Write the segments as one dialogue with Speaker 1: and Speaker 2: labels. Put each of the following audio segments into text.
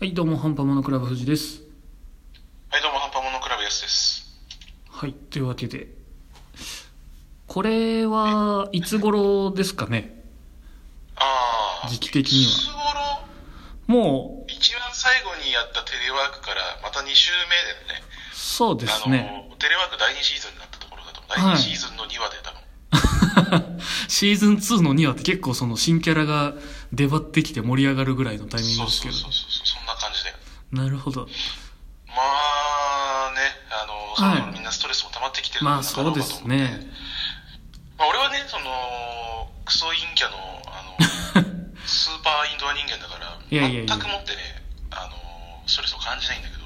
Speaker 1: はい、どうも、ハンパモノクラブ藤です。
Speaker 2: はい、どうも、ハンパモノクラブやすです。
Speaker 1: はい、というわけで、これはいつ頃ですかね、
Speaker 2: ああ、
Speaker 1: 時期的
Speaker 2: い
Speaker 1: に
Speaker 2: つ
Speaker 1: は。
Speaker 2: 頃、
Speaker 1: もう、
Speaker 2: 一番最後にやったテレワークから、また2週目だよね。
Speaker 1: そうですね。
Speaker 2: あの、テレワーク第2シーズンになったところだと思う。第
Speaker 1: はい
Speaker 2: 2シーズンの2話で多分。
Speaker 1: シーズン2の2話って結構その新キャラが出張ってきて盛り上がるぐらいのタイミング
Speaker 2: そう
Speaker 1: です
Speaker 2: そ
Speaker 1: け
Speaker 2: う
Speaker 1: ど。
Speaker 2: そうそう、そんな感じだよ。
Speaker 1: なるほど。
Speaker 2: まあね、あの、そ
Speaker 1: はい
Speaker 2: の頃みんなストレスも溜まってきてる
Speaker 1: まあ
Speaker 2: なか
Speaker 1: そ
Speaker 2: ろ
Speaker 1: う
Speaker 2: か
Speaker 1: で
Speaker 2: と
Speaker 1: す
Speaker 2: 思って
Speaker 1: ね。
Speaker 2: まあ俺はね、その、クソ陰キャの、あ の、スーパーインドア人間だから、
Speaker 1: いやいやいや
Speaker 2: 全くもってね、あの、ストレスを感じないんだけど、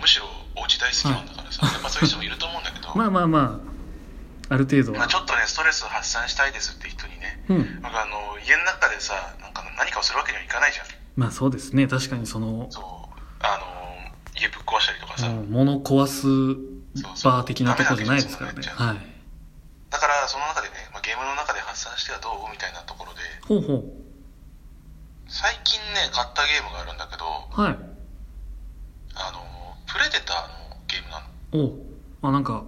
Speaker 2: むしろお家大好きなんだ からさ、やっぱそういう人もいると思うんだけど、
Speaker 1: まあまあまあ、ある程度
Speaker 2: まあ
Speaker 1: は
Speaker 2: ち。ょっとね、ストレス発散したいですって人にね、
Speaker 1: うん。
Speaker 2: なんかあの、家の中でさ、なんか何かをするわけにはいかないじゃん。
Speaker 1: まあそうですね。確かにその、
Speaker 2: そう、あの、家ぶっ壊したりとかさ、
Speaker 1: うん物壊すバー的なとこじゃないですからね。
Speaker 2: そうそう
Speaker 1: はい。
Speaker 2: だからその中でね、まあ、ゲームの中で発散してはどうみたいなところで、
Speaker 1: ほうほ
Speaker 2: 最近ね、買ったゲームがあるんだけど、
Speaker 1: う。はい。
Speaker 2: あの、プレデターのゲームなの。
Speaker 1: おあなんか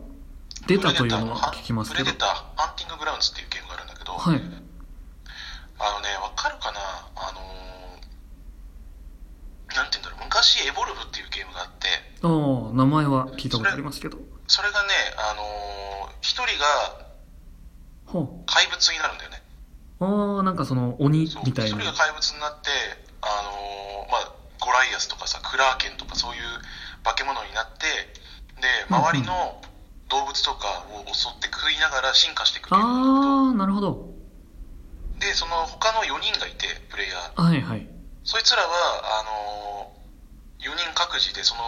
Speaker 1: 出たというのは聞きますけ
Speaker 2: プ
Speaker 1: ど
Speaker 2: レデターのハンプレデターハンティンググラウンズっていうゲームがあるんだけど、
Speaker 1: はい
Speaker 2: あのね、わかるかなあのーなんて言うんだろう、昔エボルブっていうゲームがあって、
Speaker 1: ああ名前は聞いたことありますけど
Speaker 2: それがね、あのー一人が
Speaker 1: ほ
Speaker 2: 怪物になるんだよね。
Speaker 1: うああなんかその鬼
Speaker 2: そう
Speaker 1: み
Speaker 2: 一
Speaker 1: たい
Speaker 2: 人
Speaker 1: な
Speaker 2: が怪物になって、あのーまあ、ゴライアスとかさ、クラーケンとかそういう化け物になって、で、周りの動物とかを襲って食いながら進化していくゲーム
Speaker 1: ああな
Speaker 2: なんだけど、
Speaker 1: るほど
Speaker 2: でその他の4人がいてプレイヤー
Speaker 1: はいはい
Speaker 2: そいつらはあのー、4人各自でその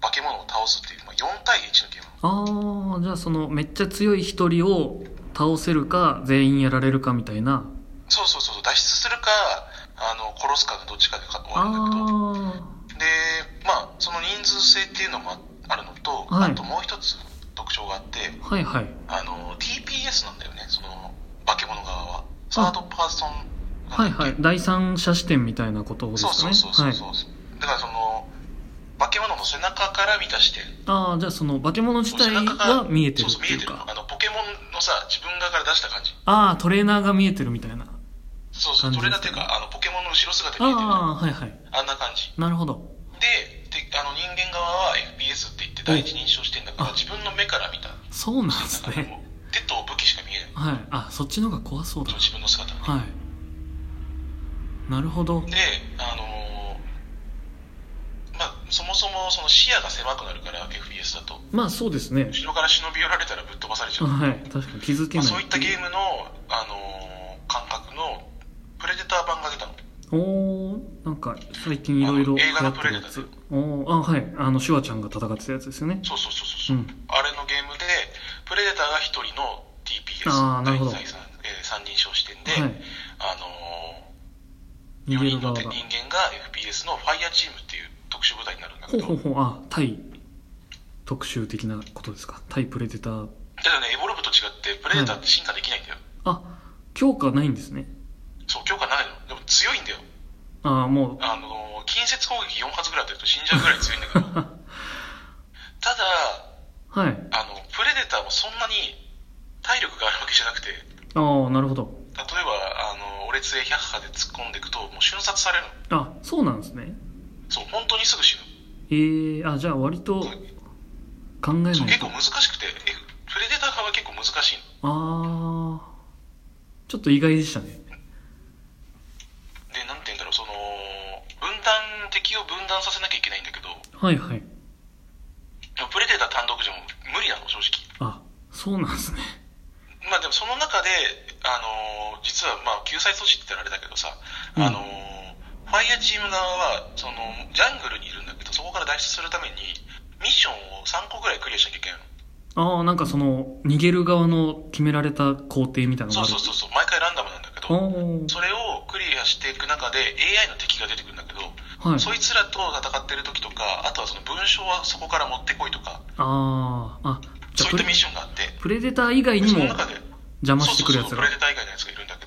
Speaker 2: 化け物を倒すっていう、まあ、4対1のゲーム
Speaker 1: ああじゃあそのめっちゃ強い一人を倒せるか全員やられるかみたいな
Speaker 2: そうそうそうそう脱出するかあの殺すかのどっちかでか終わるんだけ
Speaker 1: あ
Speaker 2: どでまあその人数制っていうのもああるのと、
Speaker 1: はい
Speaker 2: あともう一つ特徴があって
Speaker 1: あはいはい
Speaker 2: あの TPS なんだよねその化け物側はサードパーソンなんだっけ
Speaker 1: はいはい第三者視点みたいなことです
Speaker 2: そう
Speaker 1: か
Speaker 2: そ
Speaker 1: ね
Speaker 2: うそうそう
Speaker 1: はい
Speaker 2: そう、だからその化け物の背中から見た視点
Speaker 1: ああじゃあその化け物自体
Speaker 2: 背中が
Speaker 1: は見えてる
Speaker 2: そうそ
Speaker 1: っ
Speaker 2: う見
Speaker 1: て
Speaker 2: え
Speaker 1: い
Speaker 2: て
Speaker 1: う
Speaker 2: る
Speaker 1: か
Speaker 2: あのポケモンのさ自分側から出した感じ
Speaker 1: ああトレーナーが見えてるみたいな
Speaker 2: そうそう
Speaker 1: 感じ
Speaker 2: トレーナーっていうかあのポケモンの後ろ姿見えてるじゃん
Speaker 1: あ
Speaker 2: あ
Speaker 1: あはいはい
Speaker 2: んな感じ
Speaker 1: なるほど
Speaker 2: でであの人間側は FPS って言って第一人称視点だから
Speaker 1: あ
Speaker 2: 自分の目から見た
Speaker 1: そうなんです
Speaker 2: だから
Speaker 1: ね
Speaker 2: もう手と武器しか見えない
Speaker 1: はい、あそっちの方が怖そうだ
Speaker 2: その自分の姿はね
Speaker 1: はいなるほど
Speaker 2: であのーまあそもそもその視野が狭くなるから FPS だと
Speaker 1: まあそうですね
Speaker 2: 後ろから忍び寄られたらぶっ飛ばされちゃう、
Speaker 1: はい確かに気づけ
Speaker 2: まあ、
Speaker 1: ない
Speaker 2: そういったゲームの、あのー感覚のプレデター版が出たの
Speaker 1: おーなんか最近いろいろ
Speaker 2: あの映画の
Speaker 1: ってるやつ
Speaker 2: プ
Speaker 1: おーあはいあのシュワちゃんが戦ってたやつですよね
Speaker 2: そうそうそう
Speaker 1: う
Speaker 2: そう、うんあれのゲームでプレデターが1人の TPS
Speaker 1: あーなるほど
Speaker 2: 第三えー三人称視点で、
Speaker 1: はい
Speaker 2: あの
Speaker 1: 逃
Speaker 2: ー、
Speaker 1: げる
Speaker 2: 4人の
Speaker 1: 側
Speaker 2: 人
Speaker 1: が
Speaker 2: 間が FPS のファイヤーチームっていう特殊部隊になるんだけ
Speaker 1: ほう
Speaker 2: ど
Speaker 1: ほうほうあ対特集的なことですか対プレデター
Speaker 2: ただねエボルブと違ってプレデターって進化できないんだよ、
Speaker 1: あ強化ないんですね
Speaker 2: そう強化ないのでも強いんだよ
Speaker 1: ああも
Speaker 2: あのー近接攻撃4発ぐらい当てると死んじゃうぐらい強いんだけ どただ
Speaker 1: うはい
Speaker 2: あのプレデターもそんなに体力があるわけじゃなくて例え
Speaker 1: ああなるほど
Speaker 2: ばあの俺杖百0 0で突っ込んでいくともう瞬殺されるの
Speaker 1: あそうなんですね
Speaker 2: そう本当にすぐ死ぬ
Speaker 1: えー、あじゃあ割と考えない
Speaker 2: そう
Speaker 1: と
Speaker 2: 結構難しくてえプレデター派は結構難しいの
Speaker 1: ああちょっと意外でしたね
Speaker 2: でなんて言うんだろうその分断敵を分断させなきゃいけないんだけど
Speaker 1: はいはい
Speaker 2: でもプレデター単独じゃもう無理なの正直
Speaker 1: あそうなんですね
Speaker 2: まあでもその中であのー実はまあ救済措置って言ったらあれだけどさ、
Speaker 1: うん
Speaker 2: あのーファイヤーチーム側はそのジャングルにいるんだけどそこから脱出するためにミッションを3個ぐらいクリアしなきゃいけないの
Speaker 1: ああなんかその逃げる側の決められた工程みたいなのが
Speaker 2: そ
Speaker 1: ある
Speaker 2: うそうそうそう毎回ランダムなんだけど
Speaker 1: おー
Speaker 2: それをクリアしていく中で AI の敵が出てくるんだけど、
Speaker 1: はい
Speaker 2: そいつらと戦ってる時とかあとはその文章はそこから持ってこいとか
Speaker 1: あーあじゃ
Speaker 2: そ
Speaker 1: あ
Speaker 2: うい
Speaker 1: プレ
Speaker 2: ったミッションがあって
Speaker 1: プレデター以外に
Speaker 2: そ
Speaker 1: も
Speaker 2: の
Speaker 1: 邪
Speaker 2: 中で
Speaker 1: 魔してくるやつ
Speaker 2: そうそ
Speaker 1: が
Speaker 2: うそうプレデター以外のやつがいるんだけ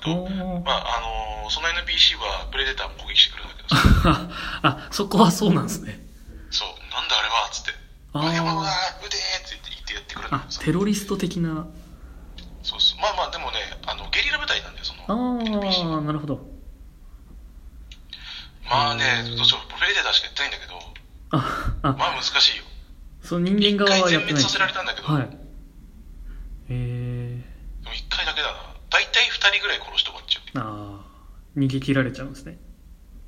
Speaker 1: おー
Speaker 2: どまああのーその NPC はプレデターも攻撃してくるんだけどさ
Speaker 1: あ、そこはそうなんですね。
Speaker 2: そう、なんだあれはっつって、
Speaker 1: あ
Speaker 2: バケモノだ
Speaker 1: あ、
Speaker 2: 撃てーって言って言ってやってくるんだ
Speaker 1: あ
Speaker 2: けどさ、
Speaker 1: テロリスト的な。
Speaker 2: そうそう、まあまあ、でもね、あのゲリラ部隊なんだよ、その
Speaker 1: あ
Speaker 2: NPC
Speaker 1: あ、なるほど。
Speaker 2: まあね、
Speaker 1: うん
Speaker 2: どうしよう、プレイデーターしかやってないんだけど、
Speaker 1: あ、あ、
Speaker 2: まあ難しいよ。
Speaker 1: その人間側はやってない。
Speaker 2: 一回全滅させられたんだけど
Speaker 1: はい。え
Speaker 2: でも1回だけだな、大体2人ぐらい殺して終わっちゃう。
Speaker 1: ー、ああ、逃げ切られちゃうんですね。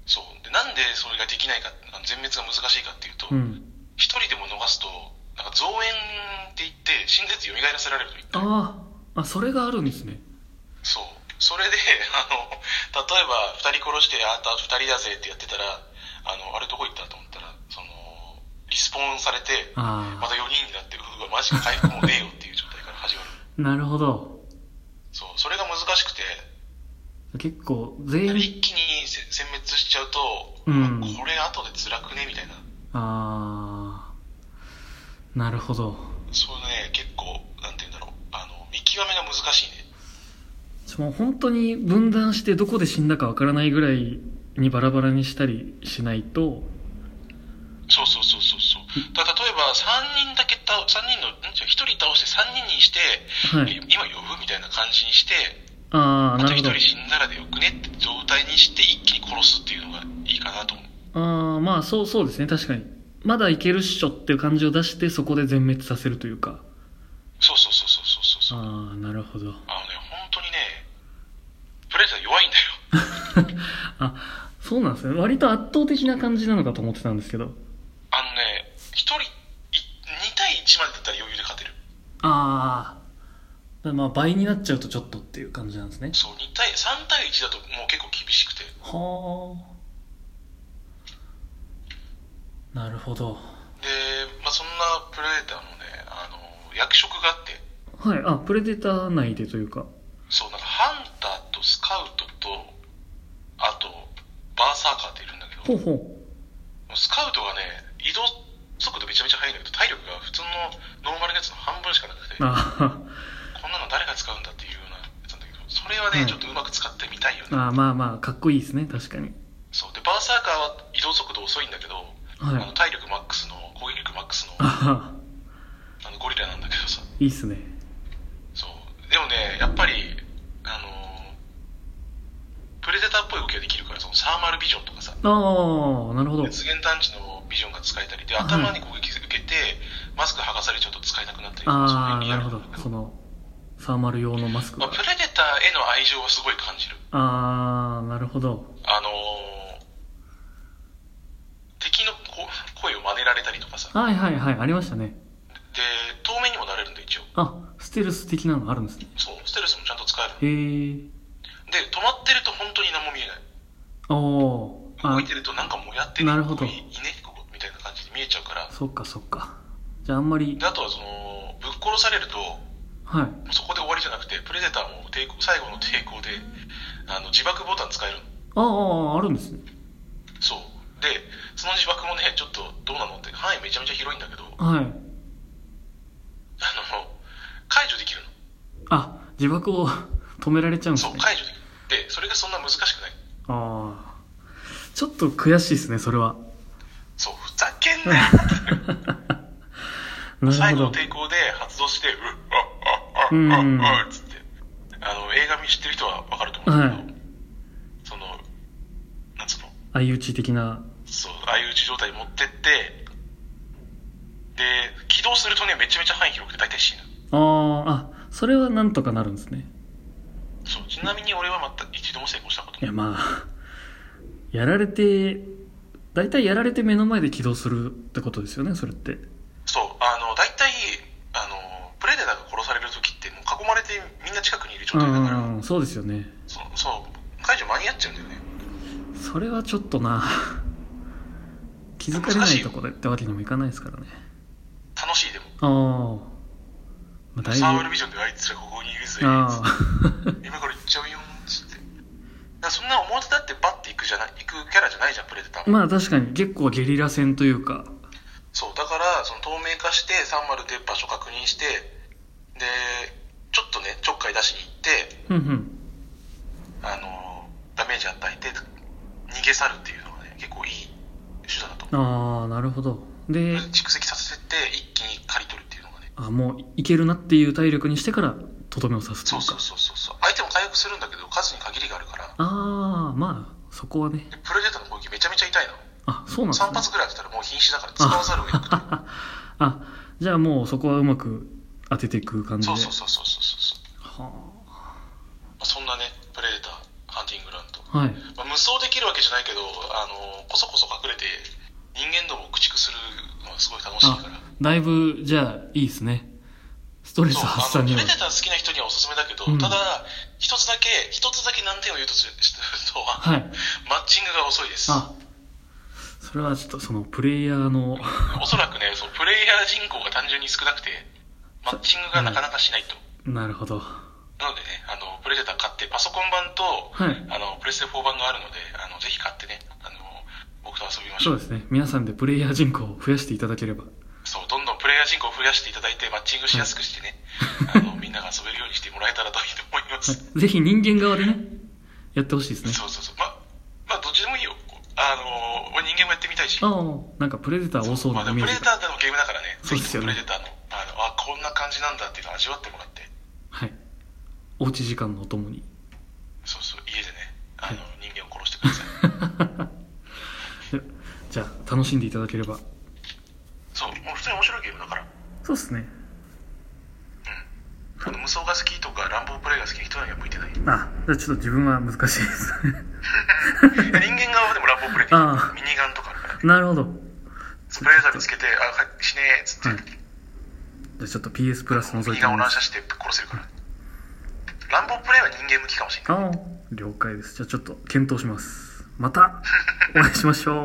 Speaker 2: そうでなんでそれができないかあの全滅が難しいかっていうと
Speaker 1: うん。
Speaker 2: 一、人でも逃すとなんか増援って言って死んでて蘇らせられると言った
Speaker 1: ああ、あ、それがあるんですね。
Speaker 2: そうそれで あの例えば2人殺してあとあと2人だぜってやってたらあのあれどこ行ったと思ったらそのリスポーンされて
Speaker 1: あ
Speaker 2: また4人になってうわマジか回復もねえよっていう状態から始まる
Speaker 1: あ、なるほど。
Speaker 2: そうそれが難しくて
Speaker 1: 結構、全員、
Speaker 2: 一気にせ殲滅しちゃうと、
Speaker 1: うん
Speaker 2: あこれ後で辛くねみたいな
Speaker 1: ああ、なるほど。
Speaker 2: そうね結構なんて言うんだろうあの見極めが難しいね
Speaker 1: ちょもう本当に分断してどこで死んだかわからないぐらいにバラバラにしたりしないと、
Speaker 2: そうそうそうそうそうだから例えば3人だけ倒三人のんじゃ1人倒して3人にして、
Speaker 1: はい。
Speaker 2: 今呼ぶみたいな感じにして
Speaker 1: あ
Speaker 2: あ
Speaker 1: あ、な
Speaker 2: と
Speaker 1: る
Speaker 2: 1
Speaker 1: ほど
Speaker 2: 人。死んだらでよくねって状態にして一気に殺すっていうのがいいかなと思う
Speaker 1: ああ、まあそう、そうですね、確かに。まだいけるっしょっていう感じを出して、そこで全滅させるというか。
Speaker 2: そうそうそうそうそうそうそう
Speaker 1: ああ、なるほど。
Speaker 2: あのね本当にねプレイヤー弱いんだよ
Speaker 1: あ、そうなんですね。割と圧倒的な感じなのかと思ってたんですけど。
Speaker 2: あのね1人2対1までだったら余裕で勝てる
Speaker 1: ああ、まあ倍になっちゃうとちょっとっていう感じなんですね。
Speaker 2: そう2対3対1だともう結構厳しくて
Speaker 1: はあ。なるほど。
Speaker 2: で、まあ、そんなプレデターのねあの役職があって
Speaker 1: はい、あ、プレデター内でというか。
Speaker 2: そうなんかハンターとスカウトとあとバーサーカーっているんだけ
Speaker 1: ほう
Speaker 2: ど
Speaker 1: ほ
Speaker 2: スカウトがね移動速度めちゃめちゃ速いんだけど体力が普通のノーマルのやつの半分しかなくて
Speaker 1: う。
Speaker 2: こん
Speaker 1: あ
Speaker 2: なの誰が使うんだっていうようなやつなんだけどそれはね、
Speaker 1: はい
Speaker 2: ちょっとうまく使ってみたいよ
Speaker 1: ー
Speaker 2: ね
Speaker 1: あー、まあまあ、かっこいいですね、確かに。
Speaker 2: そうでバーサーカーは移動速度遅いんだけど、
Speaker 1: は
Speaker 2: あの
Speaker 1: い。
Speaker 2: 体力マックスの攻撃力マックスの
Speaker 1: あは
Speaker 2: あのゴリラなんだけどさ
Speaker 1: いいっすね。
Speaker 2: そうでもねやっぱりあのプレデターっぽい動きができるからそのサーマルビジョンとかさ
Speaker 1: ああ、なるほど。
Speaker 2: 熱源探知のビジョンが使えたりで
Speaker 1: はい
Speaker 2: 頭に攻撃受けて、マスク剥がされちゃうと使えなくなったり
Speaker 1: ああ、
Speaker 2: そういう
Speaker 1: なる
Speaker 2: の
Speaker 1: ほど。
Speaker 2: や
Speaker 1: その、サーマル用のマスク
Speaker 2: まあ、
Speaker 1: が。
Speaker 2: プレデターへの愛情はすごい感じる
Speaker 1: ああ、なるほど。
Speaker 2: あのー敵のこ声を真似られたりとかさ
Speaker 1: はいはいはい、ありましたね。
Speaker 2: で透明にもなれるんで一応
Speaker 1: あ、ステルス的なのあるんですね。
Speaker 2: そうステルスもちゃんと使える
Speaker 1: へえ。
Speaker 2: で止まってると本当に何も見えない
Speaker 1: おー。
Speaker 2: 動
Speaker 1: あ
Speaker 2: い、てるとなんかもうやってる
Speaker 1: なるほど
Speaker 2: いいねここみたいな感じで見えちゃうから
Speaker 1: そっかそっか。じゃああんまり
Speaker 2: で、あとはそのぶっ殺されると
Speaker 1: はい。
Speaker 2: そこで終わりじゃなくてプレデターも抵抗最後の抵抗であの自爆ボタン使える
Speaker 1: あ
Speaker 2: の
Speaker 1: あ、あるんですね。
Speaker 2: そうでその自爆もねちょっとどうなのって範囲めちゃめちゃ広いんだけど
Speaker 1: は
Speaker 2: あ
Speaker 1: い。
Speaker 2: の解除できるの
Speaker 1: あ、自爆を止められちゃうんです
Speaker 2: そ
Speaker 1: ね
Speaker 2: う。解除できるでそれがそんな難しくない
Speaker 1: ああ。ちょっと悔しいですね、それは。
Speaker 2: そうふざけ んな
Speaker 1: な
Speaker 2: 最
Speaker 1: るほ
Speaker 2: 後の
Speaker 1: ど。
Speaker 2: 抵抗で発動してうっあっあっあっ
Speaker 1: うん
Speaker 2: あっあっつってあの映画見知ってる人は分かると思うんだけど、
Speaker 1: は
Speaker 2: そのなんつうの
Speaker 1: 相打ち的な。
Speaker 2: そう相打ち状態に持ってってで起動するとねめちゃめちゃ範囲広くて大体死ぬ
Speaker 1: ああ、あ、それはなんとかなるんですね。
Speaker 2: そうちなみに俺はまた一度も成功したこと
Speaker 1: い
Speaker 2: ない
Speaker 1: や、まあ、やられて、大体やられて目の前で起動するってことですよね、それって。
Speaker 2: そうあの大体あのプレデターが殺される時ってもう囲まれてみんな近くにいる状
Speaker 1: う
Speaker 2: 態だから、
Speaker 1: ん、そうですよね。
Speaker 2: そのそう解除間に合っちゃうんだよね
Speaker 1: それはちょっとな、 気づかれないとこでってわけにもいかないですからね。
Speaker 2: 楽しいでも
Speaker 1: ああ、まあ、だいぶ
Speaker 2: サーバルビジョンであいつらここにいるぜ
Speaker 1: あ
Speaker 2: 今から行っちゃうよっつってだからそんな表だってバッて行くじゃない行くキャラじゃないじゃんプレデター
Speaker 1: あ、ま あ確かに結構ゲリラ戦というか、
Speaker 2: そうだからその透明化して30で場所確認してでちょっとねちょっかい出しに行って
Speaker 1: ふんふん。
Speaker 2: あのダメージ与えて逃げ去るっていうのがね結構いい
Speaker 1: ああなるほどで
Speaker 2: 蓄積させて一気に刈り取るっていうのがね
Speaker 1: あもういけるなっていう体力にしてからとどめを刺すとい
Speaker 2: そうう
Speaker 1: か
Speaker 2: そうそうそうそう相手も回復するんだけど数に限りがあるから
Speaker 1: ああまあそこはね
Speaker 2: でプロジェクトの攻撃めちゃめちゃ痛いの
Speaker 1: あそうなんです
Speaker 2: 3
Speaker 1: ね
Speaker 2: 発ぐらい当てたらもう瀕死だから使わざるを得なくなる
Speaker 1: あじゃあもうそこはうまく当てていく感じ
Speaker 2: そ
Speaker 1: で
Speaker 2: うそうそうそうそうそう
Speaker 1: は
Speaker 2: まあそんなねプレデターハンティンググラウンド、
Speaker 1: あはい
Speaker 2: まあ無双できるわけじゃないけどあのこそこそ隠れて人間どもを駆逐するのはすごい楽しい
Speaker 1: あ
Speaker 2: から
Speaker 1: だいぶじゃあいいですねストレス
Speaker 2: そう
Speaker 1: 発
Speaker 2: あ
Speaker 1: 散
Speaker 2: の
Speaker 1: に
Speaker 2: プ
Speaker 1: は
Speaker 2: レデター好きな人にはおすすめだけど、
Speaker 1: うん
Speaker 2: ただ一つだけ一つだけ難点を言うとするすると
Speaker 1: はい
Speaker 2: マッチングが遅いです
Speaker 1: あそれはちょっとそのプレイヤーの
Speaker 2: おそらくねそうプレイヤー人口が単純に少なくてマッチングがなかなかしないと、
Speaker 1: なるほど
Speaker 2: なのでねあのプレデター買ってパソコン版と、
Speaker 1: はい
Speaker 2: あのプレステ4版があるのであのぜひ買ってねあの僕と遊びまし
Speaker 1: そ
Speaker 2: ょ
Speaker 1: う
Speaker 2: う
Speaker 1: ですね皆さんでプレイヤー人口を増やしていただければ
Speaker 2: そうどんどんプレイヤー人口を増やしていただいてマッチングしやすくしてね、あのみんなが遊べるようにしてもらえたらといいと思います、
Speaker 1: はいぜひ人間側でねやってほしいですね
Speaker 2: そうそうそうままあどっちでもいいよあの俺人間もやってみたいし
Speaker 1: ああなんかプレデター多そう
Speaker 2: ま
Speaker 1: な
Speaker 2: あで
Speaker 1: イ
Speaker 2: も
Speaker 1: メー
Speaker 2: プレデ
Speaker 1: ジが
Speaker 2: ターのゲームだからね
Speaker 1: そうですよね
Speaker 2: ぜひプレデターのあのあこんな感じなんだっていうのを味わってもらって
Speaker 1: はいおうち時間のお供に
Speaker 2: そうそう家でねあの
Speaker 1: は
Speaker 2: 人間を殺してください
Speaker 1: じゃあ楽しんでいただければ
Speaker 2: そうもう普通に面白いゲームだから
Speaker 1: そうですね
Speaker 2: あの無双が好きとか乱暴プレイが好きな人には向い てない人
Speaker 1: あじゃあちょっと自分は難しいです
Speaker 2: 間側はでも乱暴プレイできる
Speaker 1: ああ
Speaker 2: ミニガンとかあるから
Speaker 1: なるほど
Speaker 2: スプレーザー見つけてあか死ねえっつって、
Speaker 1: はいじゃあちょっと PS プラス覗
Speaker 2: ミ
Speaker 1: い
Speaker 2: ニ
Speaker 1: て
Speaker 2: ガ
Speaker 1: み
Speaker 2: ンを
Speaker 1: ま
Speaker 2: 乱
Speaker 1: す
Speaker 2: 射して殺せるから乱暴プレイは人間向きかもしれない
Speaker 1: ああ了解ですじゃあちょっと検討しますまたお会いしましょう